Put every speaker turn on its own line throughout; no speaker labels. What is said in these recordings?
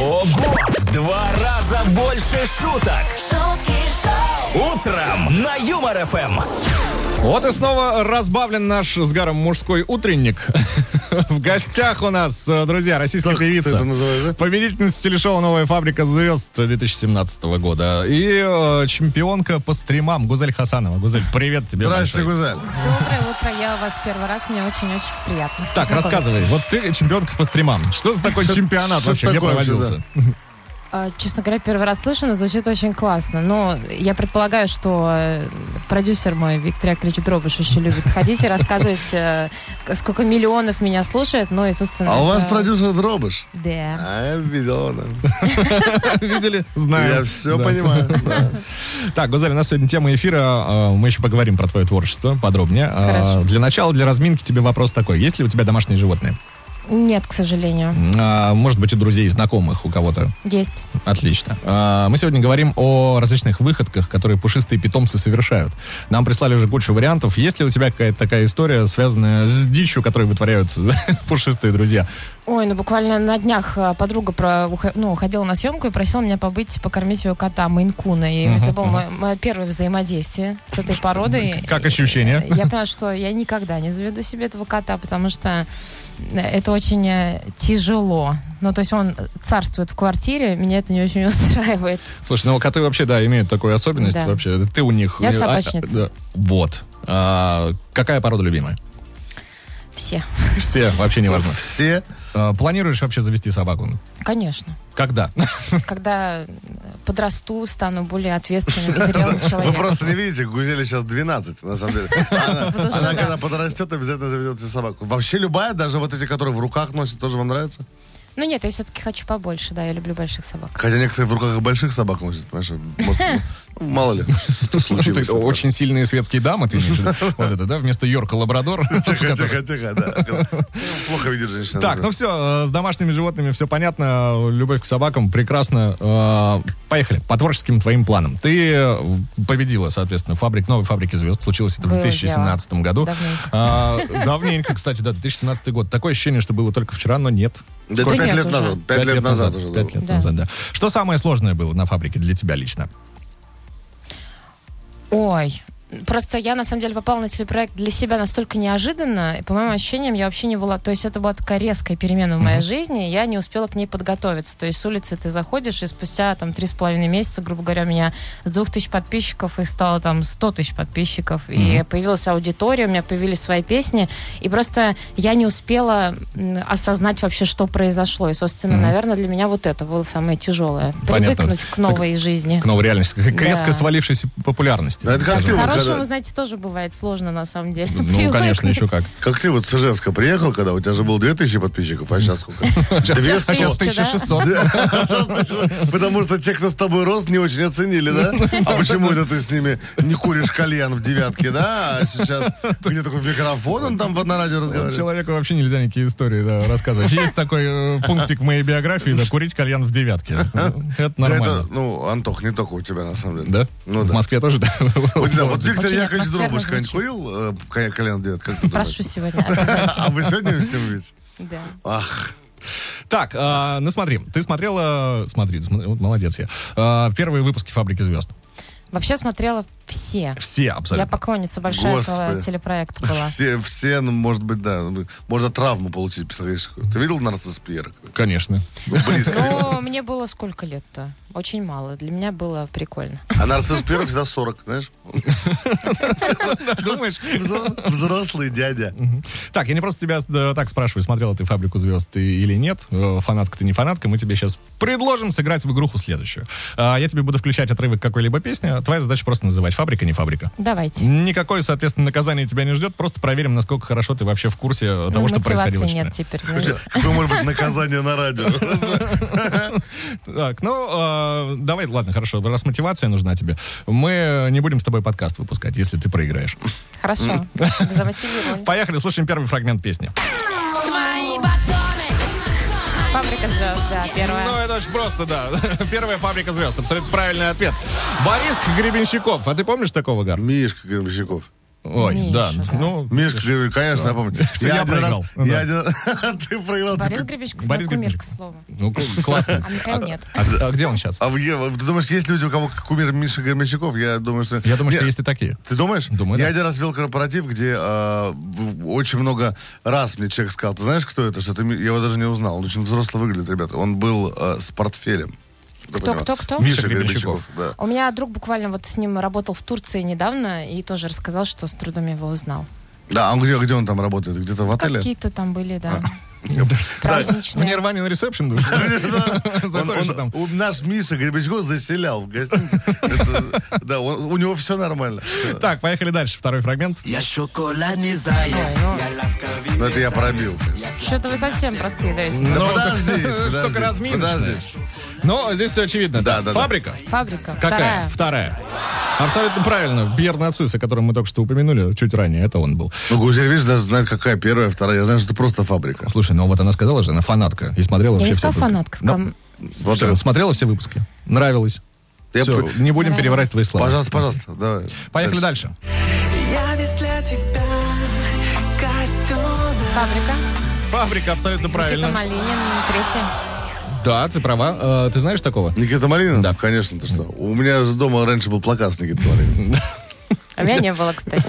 Ого! В два раза больше шуток!
шутки шоу,
Утром на Юмор ФМ!
Вот и снова разбавлен наш с Гаром мужской утренник. В гостях у нас, э, друзья, российская
Как
певица.
ты это называешь, да?
Победительница телешоу «Новая фабрика звезд» 2017 года. И э, чемпионка по стримам Гузель Хасанова. Гузель, привет тебе
Здравствуйте,
большое.
Гузель.
Доброе утро, я у вас первый раз, мне очень-очень приятно.
Так,
познакомиться.
рассказывай, вот ты чемпионка по стримам. Что за такой чемпионат
что
вообще, где
такое вообще,
проводился?
А, Честно говоря, первый раз слышно, звучит очень классно. Но я предполагаю, что э, продюсер мой Виктория Дробыш еще любит ходить и рассказывать, э, к- сколько миллионов меня слушает, но и, собственно...
А у вас
это-
продюсер Дробыш?
Да.
А, я видел, да.
Видели? Знаю.
Я все
Да.
понимаю. да.
Так, Гузель, у нас сегодня тема эфира. э, Мы еще поговорим про твое творчество подробнее. А,
Хорошо.
Для начала, для разминки тебе вопрос такой. Есть ли у тебя домашние животные?
Нет, к сожалению.
А, Может быть, у друзей, знакомых, у кого-то?
Есть.
Отлично. А, Мы сегодня говорим о различных выходках, которые пушистые питомцы совершают. Нам прислали уже кучу вариантов. Есть ли у тебя какая-то такая история, связанная с дичью, которую вытворяют пушистые друзья?
Ой, ну буквально на днях э, подруга про, ухо- ну, уходила на съемку и просила меня побыть, покормить ее кота Мейнкуна. И это было мое, мое первое взаимодействие с этой породой.
Как ощущения?
Э, Я поняла, что я никогда не заведу себе этого кота, потому что э, это очень э, тяжело. Ну, то есть он царствует в квартире, меня это не очень устраивает.
Слушай, ну коты вообще, да, имеют такую особенность
Да.
вообще. Ты у них...
Я
а,
собачница.
да. Вот. А, Какая порода любимая?
Все.
Все, вообще не важно.
Все.
А, Планируешь вообще завести собаку?
Конечно.
Когда?
Когда э, подрасту, стану более ответственным и зрелым
Вы
человеком.
просто не видите, Гузели сейчас 12, на самом деле. Она,
Потому
она
что она-
когда подрастет, обязательно заведет себе собаку. Вообще любая, даже вот эти, которые в руках носят, тоже вам нравится?
Ну нет, я все-таки хочу побольше, да, я люблю больших собак.
Хотя некоторые в руках и больших собак носят, понимаешь? Может, ну, мало ли, что случилось.
Ты Очень сильные светские дамы, ты имеешь в виду? Вот это, да? Вместо Йорка Лабрадор.
Тихо, тихо, тихо, да. Плохо видит женщина.
Так, ну все, с домашними животными все понятно, любовь к собакам прекрасно. Э, Поехали, по творческим твоим планам. Ты э, победила, соответственно, фабрик, новой фабрики звезд. Случилось это в
Было
2017 году.
Давненько.
А, Давненько, кстати, да, 2017 год. Такое ощущение, что было только вчера, но нет.
Да это
Сколько?
пять
Да
лет
нет уже.
назад. Пять лет назад уже.
Пять лет
Да.
назад, да. Что самое сложное было на фабрике для тебя лично?
Ой, просто я на самом деле попала на телепроект для себя настолько неожиданно, и по моим ощущениям я вообще не была, то есть это была такая резкая перемена в моей жизни, и я не успела к ней подготовиться. То есть с улицы ты заходишь, и спустя там три с половиной месяца, грубо говоря, у меня с двух тысяч подписчиков их стало там 100 тысяч подписчиков, и появилась аудитория, у меня появились свои песни, и просто я не успела м, осознать вообще, что произошло. И, собственно, наверное, для меня вот это было самое тяжелое.
Понятно.
Привыкнуть к
Так-
новой жизни.
К новой реальности, к к
Да.
резко свалившейся популярности.
Ну, это как
скажем.
ты вот
Хорошему,
когда-
знаете, тоже бывает сложно, на самом деле.
Ну, конечно, еще как.
Как ты вот с Ижевска приехал, когда у тебя же было 2000 подписчиков, а сейчас сколько? Две
А сейчас
Тысяча, да?
1600.
Потому что те, кто с тобой рос, не очень оценили, да? А почему это ты с ними не куришь кальян в девятке, да? А сейчас где такой микрофон, он там вот на радио разговаривает.
Человеку вообще нельзя никакие истории да, рассказывать. Есть такой э, пунктик в моей биографии, да, курить кальян в девятке. Это
Да Это,
нормально.
ну, Антох, не только у тебя, на самом деле.
Да?
Ну
В
да.
Москве тоже, да?
Вот, да, вот Виктор
Очень
Яковлевич
атмосферно
Дробыш когда-нибудь
звучит.
курил э, ка- кальян в девятке? Как ты
Спрошу
думаешь?
сегодня обязательно.
А вы сегодня с ним видите?
Да.
Ах,
Так, а, ну смотри, ты смотрела... Смотри, ты смотри, вот молодец я. А, Первые выпуски «Фабрики звезд».
Вообще смотрела все.
Все
Я
абсолютно.
поклонница большая этого
Господи.
телепроекта была.
все, все, ну, может быть, да. ну, Можно травму получить психологическую. Ты видел нарцисс Пьера?
Конечно.
Ну, Близко.
Но мне было сколько лет-то? Очень мало. Для меня было прикольно.
А нарцисс Пьера всегда 40, знаешь?
Думаешь?
Взро- Взрослый дядя.
Так, я не просто тебя э, так спрашиваю, смотрела ты «Фабрику звезд» ты или нет, э, фанатка ты не фанатка, мы тебе сейчас предложим сыграть в игруху следующую. А, Я тебе буду включать отрывок какой-либо песни, а твоя задача просто называть «Фабрика, не фабрика». Ну,
Давайте.
Никакое, соответственно, наказание тебя не ждет, просто проверим, насколько хорошо ты вообще в курсе того,
Ну,
что
мотивации
происходило.
нет
вчера.
теперь. знаете.
Какое может быть наказание на радио?
Так, ну, э, давай, ладно, хорошо, раз мотивация нужна тебе, мы не будем с тобой подкаст выпускать, если ты проиграешь.
Хорошо. Замотивировали.
Поехали, слушаем первый фрагмент песни.
твои батоны,
Фабрика звезд, да,
Ну,
первая.
это очень просто, да. Первая фабрика звезд. Абсолютно правильный ответ. Борис Гребенщиков. А ты помнишь такого, Гар?
Мишка Гремщиков.
Ой,
Миша,
да.
да.
Ну,
Мишка Григорьевич, конечно, я помню.
Всё, я
один
проиграл. Ну
раз- Я
Да.
один раз- Ты проиграл.
Борис
типа.
Гребенщиков
Борис
мой кумир, к
Гребенщиков.
слову.
ну, классно.
А Михаил нет.
А, а где он сейчас?
А в Е- ты думаешь, есть люди, у кого кумир Миша Гребенщиков? Я думаю, что...
Я думаю,
Нет.
что есть и такие.
Ты думаешь?
Думаю,
Я
да.
один раз вел корпоратив, где э, в- очень много раз мне человек сказал, ты знаешь, кто это? Что ты, ми- я его даже не узнал. Он очень взросло выглядит, ребята. Он был э, с портфелем. Ты
Кто,
понимаешь?
кто, кто?
Миша
Миша
Гребенщиков.
Гребенщиков.
Да.
У меня друг буквально вот с ним работал в Турции недавно и тоже рассказал, что с трудом его узнал.
да, а он где, где он там работает? Где-то в отеле?
Какие-то там были, да.
В
Праздничные.
Нирване на ресепшн? думаю. За
Он-
то, что
он-
там.
у- Наш Миша Гребенщиков заселял в гостинице. Это- Да, он- у него все нормально.
Так, поехали дальше. Второй фрагмент.
Я шоколадный заяц, я ласковый
Но это я пробил.
Что-то вы совсем простые даете.
Да
Ну,
подожди,
Штука
подожди.
разминочная.
подожди.
Но здесь все очевидно.
Да,
Да,
да, да.
Фабрика.
Фабрика.
Какая?
Вторая.
Вторая. Абсолютно правильно. Бьер Нацис, о котором мы только что упомянули чуть ранее, это он был.
Ну, Гузель, видишь, даже знает, какая первая, вторая. Я знаю, что это просто фабрика.
Слушай, ну вот она сказала же, она фанатка. И смотрела
Я
вообще
не
все
сказала
выпуски.
фанатка,
Ну,
сказала-
Вот
всё,
это.
смотрела все выпуски. Нравилось.
Я
Всё,
п-
не будем переврать твои слова.
Пожалуйста, пожалуйста, давай.
Поехали дальше.
Я весь для тебя, котенок.
Фабрика.
Фабрика абсолютно
Никита
правильно.
Малинин, третья.
Да, ты права. Э, Ты знаешь такого?
Никита Малинин? Да. Конечно, ты что? У меня же дома раньше был плакат с Никитой Малининым.
А меня не было, кстати.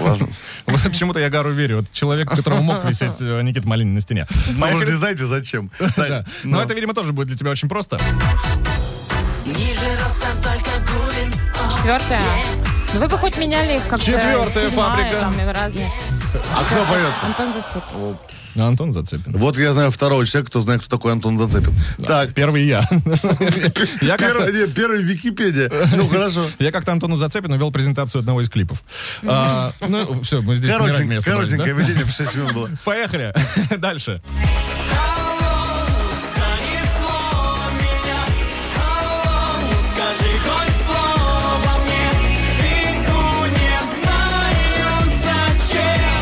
Вот Почему-то я Гару верю. Вот человек, у которого мог висеть э, Никита Малинин на стене.
А может,
Поехали
не знаете, зачем? ну,
Да. Но это, видимо, тоже будет для тебя очень просто.
Ниже ростом только Гурин
Четвертая. Ну вы бы хоть меняли их как-то.
Четвертая
седьмая,
фабрика.
Там, и разные.
А кто поет?
Антон Зацепин.
Ну, Антон Зацепин.
Вот я знаю второго человека, кто знает, кто такой Антон Зацепин. Так,
Первый я. Я
первый
как-то-
не, первый в Википедия. Ну, хорошо.
я как-то Антону Зацепину вел презентацию одного из клипов. А, Ну, все, мы здесь умирать
Коротенькое
меня собрались, да?
коротенькое видение в 6 минут было.
Поехали. Дальше.
Скажи хоть слово мне, бегу, не знаю зачем.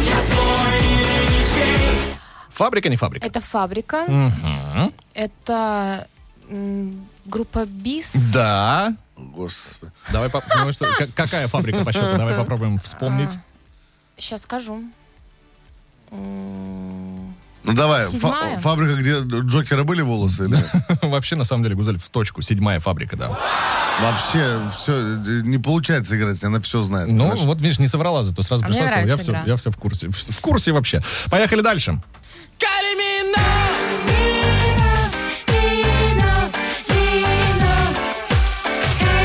Я твой или ничей.
Фабрика, не фабрика.
Это фабрика. Это м, группа Бис.
Да.
Господи.
Давай по- ну, что- к- Какая фабрика по счету? Давай попробуем вспомнить.
Сейчас скажу. М,
Ну, давай,
Седьмая?
фа- фабрика, где Джокера были волосы или нет?
Вообще, на самом деле, Гузель в точку. Седьмая фабрика, да.
Вообще, все, не получается играть, она все знает.
Ну,
понимаешь?
вот, видишь, не соврала зато. Сразу
А мне
пришла. сказала, я,
нравится
все,
игра.
я все в курсе. В, в курсе вообще. Поехали дальше.
Кармина,
Лина, Лина,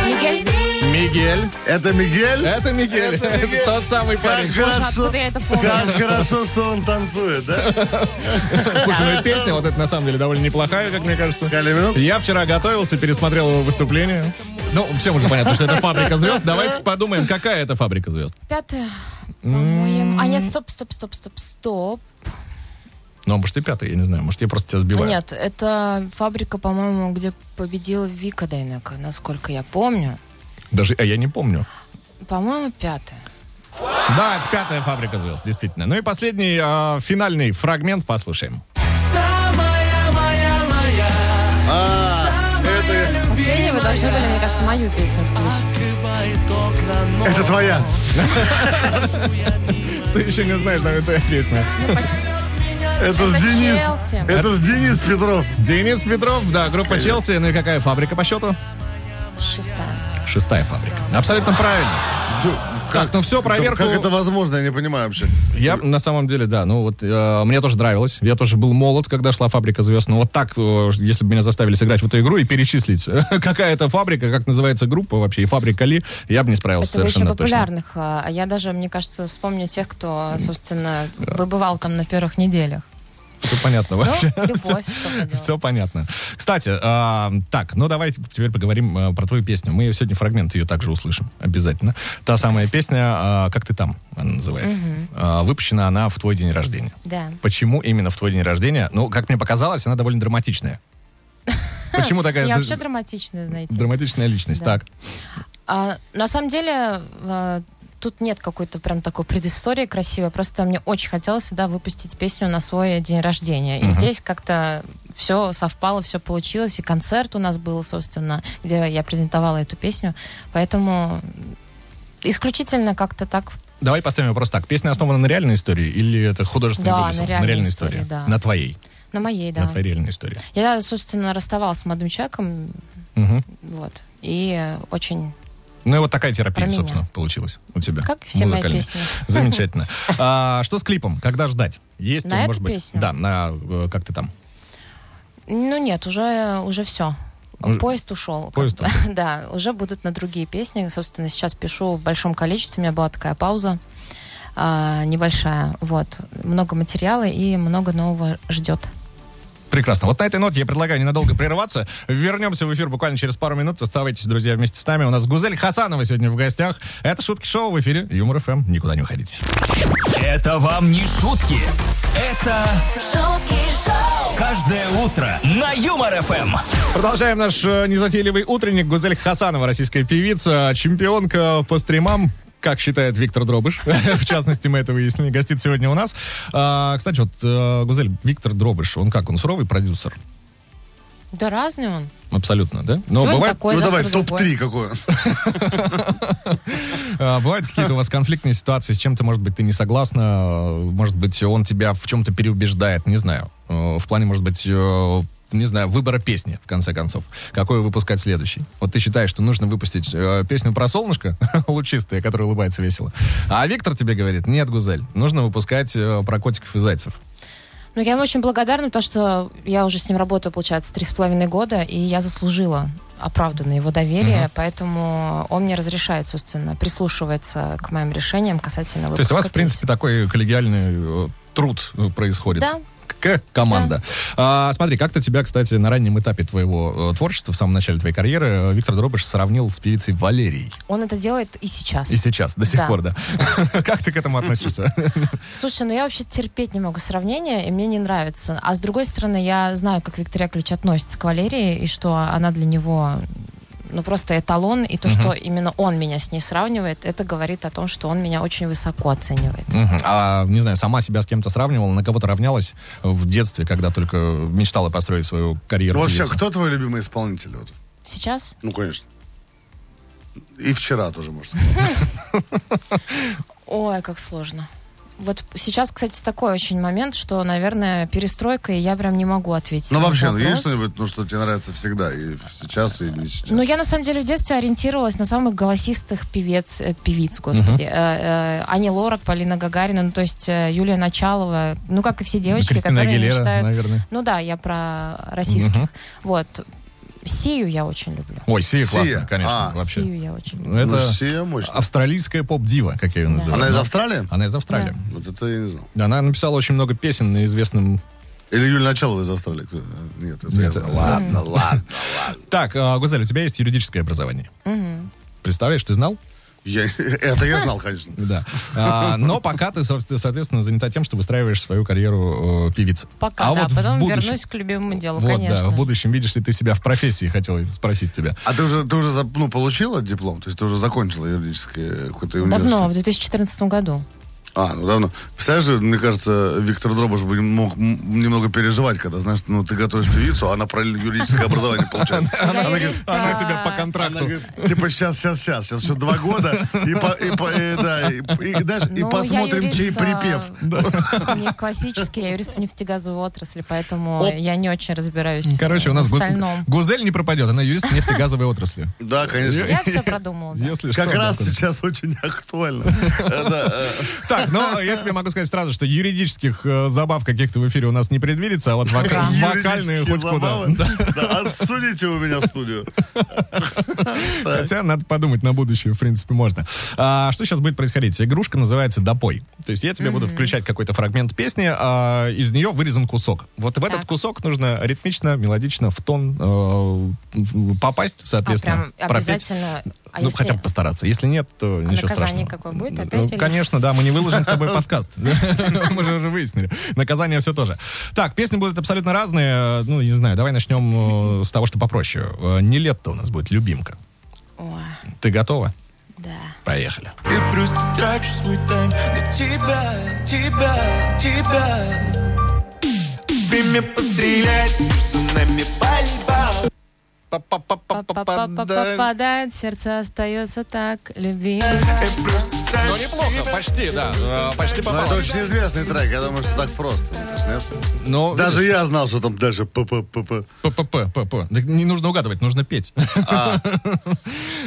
Мигель.
Мигель.
Это Мигель?
Это Мигель.
Это Мигель.
Тот самый
Как
парень.
Боже,
хорошо,
откуда я это помню?
как хорошо, что он танцует, да?
Слушай, ну и песня вот эта на самом деле довольно неплохая, как мне кажется.
Калиминов?
Я вчера готовился, пересмотрел его выступление. Ну, всем уже понятно, что это фабрика звезд. Давайте подумаем, какая это фабрика звезд.
Пятая. По-моему. А нет, стоп, стоп, стоп, стоп, стоп.
Ну, а может, и пятая, я не знаю. Может, я просто тебя сбиваю.
Нет, это фабрика, по-моему, где победила Вика Дайнека, насколько я помню.
Даже, а я не помню.
По-моему, пятая.
Да, это пятая фабрика звезд, действительно. Ну и последний, а, финальный фрагмент послушаем.
самая моя моя.
Это,
Последние вы должны были, мне кажется, мою песню включить.
Открывает окна, но
это твоя.
Ты еще не знаешь, наверное, твоя песня.
Это с
Это
Денис.
Челси.
Это с Денис Петров.
Денис Петров, да, группа Челси. Ну и какая фабрика по счету?
Шестая.
Шестая фабрика. Абсолютно правильно. Так, ну все, проверку.
Как это возможно, я не понимаю вообще.
Я на самом деле, да, ну вот э, мне тоже нравилось. Я тоже был молод, когда шла фабрика звезд. Но вот так, э, если бы меня заставили сыграть в эту игру и перечислить, какая это фабрика, как называется группа вообще, и фабрика ли, я бы не справился
Это очень
совершенно точно.
популярных. а Я даже, мне кажется, вспомню тех, кто, собственно, выбывал там на первых неделях.
Все понятно
Ну,
вообще.
любовь, что поделать.
Все понятно. Кстати, а, так, ну давай теперь поговорим а, про твою песню. Мы сегодня фрагмент ее также услышим обязательно. Та самая песня а, «Как ты там» она называется. А, Выпущена она в твой день рождения.
Да.
Почему именно в твой день рождения? Ну, как мне показалось, она довольно драматичная. Почему такая
Я
д-
вообще драматичная, знаете.
драматичная личность?
Да.
Так,
А, на самом деле, э, тут нет какой-то прям такой предыстории красивой. Просто мне очень хотелось, да, выпустить песню на свой день рождения. И здесь как-то все совпало, все получилось. И концерт у нас был, собственно, где я презентовала эту песню. Поэтому исключительно как-то так.
Давай поставим вопрос так. Песня основана на реальной истории или это художественный
Да,
вымысел?
на реальной истории,
истории.
да.
На твоей.
На моей, да.
На твоей реальной истории.
Я, собственно, расставалась с молодым человеком,
Мгм.
вот, и э, очень...
Ну и вот такая терапия,
Про меня.
собственно, получилась у тебя.
Как все мои
Музыкальная.
песни.
Замечательно. А, что с клипом? Когда ждать? Есть,
На эту
может быть?
песню?
Да, на э, как ты там?
Ну нет, уже, уже все.
Уже-
Поезд ушел.
Поезд
Да, уже будут на другие песни. Собственно, сейчас пишу в большом количестве. У меня была такая пауза а, небольшая. Вот. Много материала и много нового ждет.
Прекрасно. Вот на этой ноте я предлагаю ненадолго прерваться. Вернемся в эфир буквально через пару минут. Оставайтесь, друзья, вместе с нами. У нас Гузель Хасанова сегодня в гостях. Это «Шутки шоу» в эфире Юмор ФМ. Никуда не уходите.
Это вам не шутки. Это
шутки шоу,
каждое утро на Юмор ФМ.
Продолжаем наш э, незатейливый утренник. Гузель Хасанова, российская певица, чемпионка по стримам. Как считает Виктор Дробыш. В частности, мы это выяснили. Гостит сегодня у нас. А, Кстати, вот, э, Гузель, Виктор Дробыш, он как? Он суровый продюсер?
Да разный он.
Абсолютно, да? Но
Сегодня
бывает,
такой,
ну
завтра
давай,
другой.
топ-3 какое.
А, Бывают какие-то у вас конфликтные ситуации, с чем-то, может быть, ты не согласна, э, может быть, он тебя в чем-то переубеждает, не знаю. Э, В плане, может быть, э, не знаю, выбора песни, в конце концов. Какой выпускать следующий? Вот ты считаешь, что нужно выпустить э, песню про солнышко, лучистое, которое улыбается весело. А Виктор тебе говорит, нет, Гузель, нужно выпускать э, про котиков и зайцев.
Ну, я ему очень благодарна, потому что я уже с ним работаю, получается, три с половиной года, и я заслужила оправданное его доверие, поэтому он мне разрешает, собственно, прислушивается к моим решениям касательно
То есть у вас, в
выпуска песен.
принципе, такой коллегиальный э, труд э, происходит.
Да.
Какая команда. А, смотри, как-то тебя, кстати, на раннем этапе твоего э, творчества, в самом начале твоей карьеры, э, Виктор Дробыш сравнил с певицей Валерией.
Он это делает и сейчас.
И сейчас, до сих
Да.
пор, да. Как ты к этому относишься?
Слушай, ну я вообще терпеть не могу сравнения, и мне не нравится. А с другой стороны, я знаю, как Виктор Яковлевич относится к Валерии, и что она для него ну просто эталон, и то, что именно он меня с ней сравнивает, это говорит о том, что он меня очень высоко оценивает.
Мгм. А, не знаю, сама себя с кем-то сравнивала, на кого-то равнялась в детстве, когда только мечтала построить свою карьеру
Ну, вообще,
певицы?
кто твой любимый исполнитель? Вот.
Сейчас
Ну, конечно. И вчера тоже, может сказать.
Ой, как сложно. Вот сейчас, кстати, такой очень момент, что, наверное, перестройка, и я прям не могу ответить.
Ну,
на
вообще, ну, есть
вопрос.
что-нибудь, ну, что тебе нравится всегда? И в- сейчас, и не сейчас.
Ну, я на самом деле в детстве ориентировалась на самых голосистых певец, э, певиц, господи. Э, э, Ани Лорак, Полина Гагарина, ну, то есть э, Юлия Началова, ну, как и все девочки,
Кристина
которые
Агилера,
мечтают.
наверное.
Ну да, я про российских.
Мгм.
Вот. Сию я очень люблю.
Ой, Сия классная,
Сия.
конечно,
А,
вообще.
Сию я очень люблю.
Ну,
Это а
все мощно.
австралийская поп-дива, как я ее называю.
Она из Австралии?
Она из Австралии.
Вот это я не знал.
Она написала очень много песен на известном...
Или Юль Началова из Австралии? Кто- Нет, это я
Нет,
знал.
это-
Ладно, ладно.
Так, а, Гузель, у тебя есть юридическое образование. Представляешь, ты знал?
Я- Это я знал, конечно.
Да. А, но пока ты, собственно, соответственно, занята тем, что выстраиваешь свою карьеру э, певицы.
Пока,
а
да,
вот в
потом
будущем-
вернусь к любимому делу,
Вот,
конечно.
да, в будущем видишь ли ты себя в профессии, хотел спросить тебя.
А ты уже, ты уже за- ну, получила диплом? То есть ты уже закончила юридическое какой-то университет?
Давно, в 2014 году.
А, ну давно. Представляешь, мне кажется, Виктор Дробыш бы мог м- немного переживать, когда, знаешь, ну ты готовишь певицу, а она про юридическое образование получает.
Я
Она,
юрист,
она
да.
тебя по
Она
контракту.
говорит, Типа сейчас, сейчас, сейчас, сейчас еще два года, и, по- и по- и, да, и- и, знаешь, и
Ну, я
посмотрим,
юрист,
чей
а,
припев.
Не классический, я юрист в нефтегазовой отрасли, поэтому
Оп.
я не очень разбираюсь
Короче, у нас
в
Гуз-
остальном.
Гузель не пропадет, она юрист в нефтегазовой отрасли.
Да, конечно.
Я все продумала. да.
Если
Как
что,
раз
да,
сейчас очень актуально. Э, да, э.
Так, но я тебе могу сказать сразу, что юридических э, забав каких-то в эфире у нас не предвидится, а вот вока- вокальные
Юридические
хоть куда.
забавы. Да, Отсудите у меня в студию.
Хотя надо подумать на будущее, в принципе, можно. А, что сейчас будет происходить? Игрушка называется «Допой». То есть я тебе буду включать какой-то фрагмент песни, а из нее вырезан кусок. Вот в этот
Так.
кусок нужно ритмично, мелодично, в тон э, в- попасть,
А
соответственно.
прям обязательно. А
ну,
если- А
хотя бы постараться. Если нет, то ничего
наказание
страшного.
какое будет
Ну,
опять или-
Конечно, да, мы не выложим с тобой подкаст. Мы же уже выяснили. Наказание все тоже. Так, песни будут абсолютно разные. Ну, не знаю, давай начнем э, с того, что попроще. Э, Не лето у нас будет, любимка.
О,
Ты готова?
да.
Поехали.
И просто трачу свой тайм на тебя, тебя, тебя Время пострелять, между нами борьба
Па-па-па-па-па-па-да.
Попадает, сердце остается так, любимый.
Ну, неплохо, почти, да. э, Почти
Ну, это
попало.
очень известный трек, я думаю, что так просто. Нет?
Но,
Даже я знал, что там даже п-п-п-п.
П-п-п-п. Да Не нужно угадывать, нужно петь.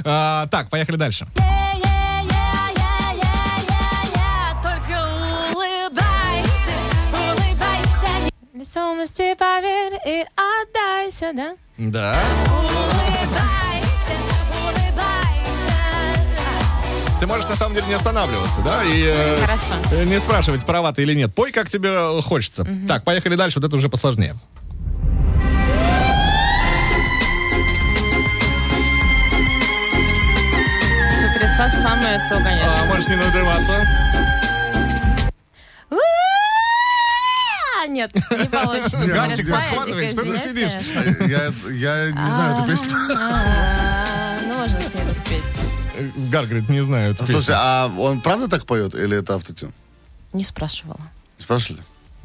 А, Так, поехали дальше.
Я-я-я-я-я-я-я, только улыбайся, улыбайся, не
Весомости поверь и отдайся, да?
Да.
улыбайся, улыбайся.
Ты можешь на самом деле не останавливаться, да? И э,
Хорошо.
э, не спрашивать, права ты или нет. Пой, как тебе э, хочется. Так, поехали дальше. Вот это уже посложнее.
С утреца самое то,
А,
конечно.
можешь не надрываться.
А, нет, не получится. С
Гантик
утреца я
захватывай,
дико
что ты
извиняюсь,
сидишь?
конечно.
Я, я не знаю эту песню.
А, Ну, можно с ней заспеть.
Э, Гар говорит, не знаю эту
Слушай,
песню.
а он правда так поет или это автотюн?
Не спрашивала.
Спрашивали?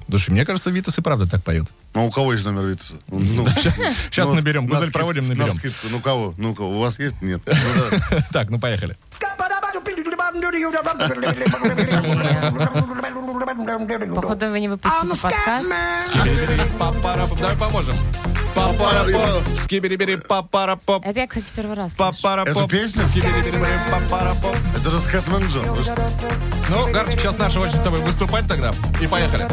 Слушай, мне кажется, Витас и правда так поет.
Ну, у кого есть номер Витаса? Ну, сейчас
Сейчас наберем, гузель проводим, наберем.
Ну, кого? Ну, кого? У вас есть? Нет. Ну, да.
Так, ну поехали. Ну,
Походу, вы не
А,
выпустите подкаст.
Папарап- Давай поможем. Папарапоп, скиберибери, папарапоп,
Это я, кстати, первый раз. слышу.
папарапоп.
Эту песню?
скиберибери, папарапоп.
Это же Скэтмэн Джо. Вы что?
Ну, Гарчик, сейчас наша очередь с тобой выступать тогда. И поехали.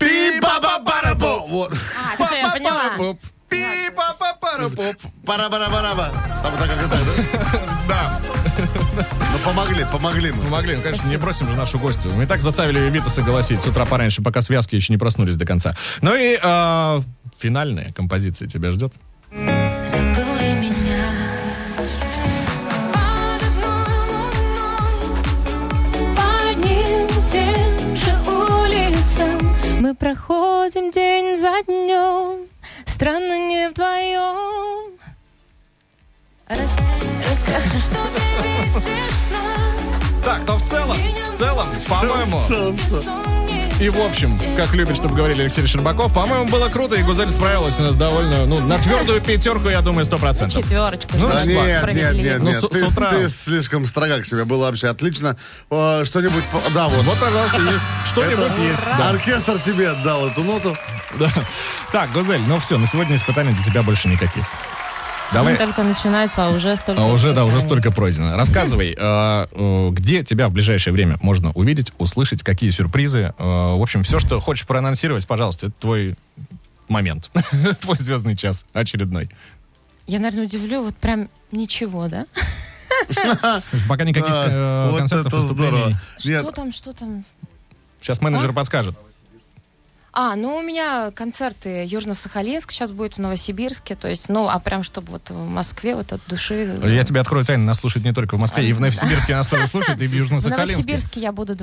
Пи-ба-ба-ба-ра-бо! Вот.
А, все, я поняла.
Папарапоп, пи-па-па-парапоп.
Пара-бара-бара-ба. Там так, как это, да?
Да,
Ну, помогли, помогли мы.
помогли. Ну, конечно, не бросим же нашу гостью. Мы и так заставили Витаса голосить с утра пораньше, пока связки еще не проснулись до конца. Ну и э, финальная композиция тебя ждет.
Забыли меня. Под одной луной, по одним и тем же улицам.
Мы проходим день за днем, странно не вдвоем. Раз-
Расскажи, что ты видишь на
Так, но в целом, в целом, по-моему, и в общем, как любит, чтобы говорили Алексей Щербаков, по-моему, было круто, и Гузель справилась у нас довольно, ну, на твердую пятерку, я думаю, сто процентов.
Четверочку.
Ну,
же
Да
что?
нет, нет,
справедливо.
нет,
Ну,
нет.
с-
Ты,
с утра.
ты слишком строга к себе была вообще. Отлично. Э, Что-нибудь... по- Да, вот.
Вот, пожалуйста, есть. Что-нибудь
Это-
есть.
Да. Оркестр тебе отдал эту ноту.
Да. Так, Гузель, ну все, на сегодня испытаний для тебя больше никаких. Давай.
День только начинается, а уже столько.
А уже, да, уже
испытаний.
столько пройдено. Рассказывай, э, э, где тебя в ближайшее время можно увидеть, услышать, какие сюрпризы. Э, В общем, все, что хочешь проанонсировать, пожалуйста, это твой момент. Твой звездный час очередной.
Я, наверное, удивлю, вот прям ничего, да?
Пока никаких
А,
э,
Вот
концертов,
это
выступлений.
здорово. Нет,
Что там, что там?
Сейчас менеджер подскажет.
А, ну у меня концерты Южно-Сахалинск сейчас будет в Новосибирске, то есть, ну, а прям чтобы вот в Москве вот от души.
А
Я тебе открою тайну, нас слушают не только в Москве, и в Новосибирске нас тоже слушают, и в
В
Южно-Сахалинске.
Новосибирске я буду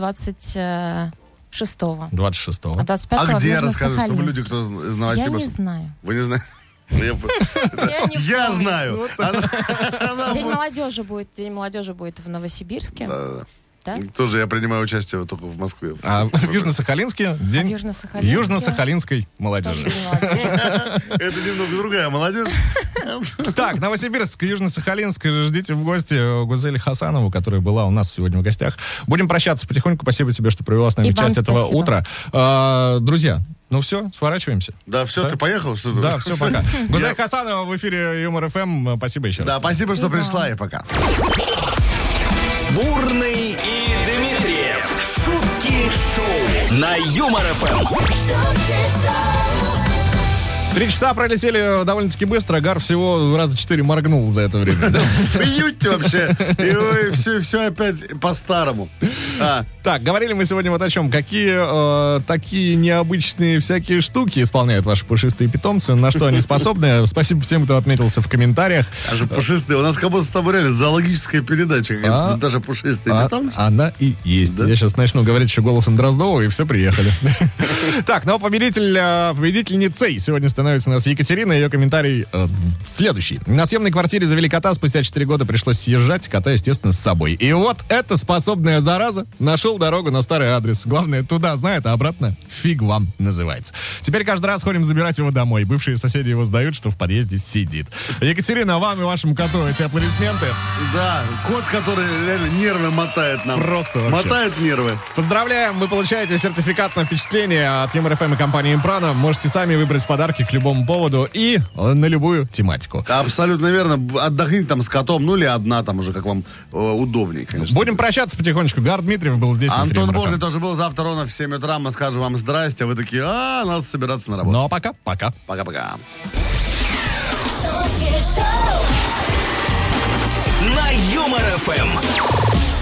26-го.
26-го.
А 25-го
а
в
где, расскажи,
Южно-Сахалинске.
чтобы люди, кто из
Я
Новосибирска...
не знаю.
Вы не знаете? Я по-
Я не
Я
помню.
знаю. А, Она- она
День
будет.
молодежи будет, День молодежи будет в Новосибирске,
Да,
да?
да. Тоже я принимаю участие вот только в Москве.
А в Южно-Сахалинске день
Южно-Сахалинске?
Южно-Сахалинской
Тоже
молодежи.
День молодежи.
Это немного другая молодежь.
Так, Новосибирск, Южно-Сахалинск, ждите в гости Гузели Хасанову, которая была у нас сегодня в гостях. Будем прощаться потихоньку. Спасибо тебе, что провела с нами
И вам
часть этого
спасибо.
утра. А, друзья, ну все, сворачиваемся.
Да, все,
Да?
ты поехал? Что ты?
Да, все, пока. Гузель
Я-
Хасанова в эфире Юмор ФМ. Спасибо еще раз.
Да, спасибо, что пришла, и пока.
Бурный и Дмитриев. Шутки шоу. На Юмор ФМ.
Шутки шоу,
Три часа пролетели довольно-таки быстро. Гар всего раза четыре моргнул за это время. Да.
Бьете вообще. И все, все опять по-старому. А,
Так, говорили мы сегодня вот о чем. Какие э, такие необычные всякие штуки исполняют ваши пушистые питомцы, на что они способны. Спасибо всем, кто отметился в комментариях.
Даже пушистые. У нас как будто с тобой реально зоологическая передача.
А.
какая-то. Даже пушистые.
А-
питомцы.
она и есть.
Да.
Я сейчас начну говорить еще голосом Дроздова, и все приехали. Так, ну а победитель, э, победительницей а, сегодня становится становится у нас Екатерина. Ее комментарий э, в- следующий. На съемной квартире завели кота, спустя 4 года пришлось съезжать. Кота, естественно, с собой. И вот эта способная зараза нашел дорогу на старый адрес. Главное, туда знает, а обратно фиг вам называется. Теперь каждый раз ходим забирать его домой. Бывшие соседи его сдают, что в подъезде сидит. Екатерина, вам и вашему коту эти аплодисменты.
Да, кот, который реально нервы мотает нам.
Просто вообще.
Мотает нервы.
Поздравляем! Вы получаете сертификат на впечатление от ЮморФМ и компании «Импрана». Можете сами выбрать подарки к любому поводу и э, на любую тематику.
Абсолютно верно. Б- Отдохните там с котом, ну или одна там уже, как вам э, удобнее, конечно. А
Будем прощаться потихонечку. Гар Дмитриев был здесь. в эфире
Антон
«Юмор-ФМ».
Бурный тоже был. Завтра ровно в 7 утра мы скажем вам здрасте, а вы такие, а, надо собираться на работу.
Ну а пока, пока.
Пока-пока.
шутки шоу.
Эм. На Юмор ФМ.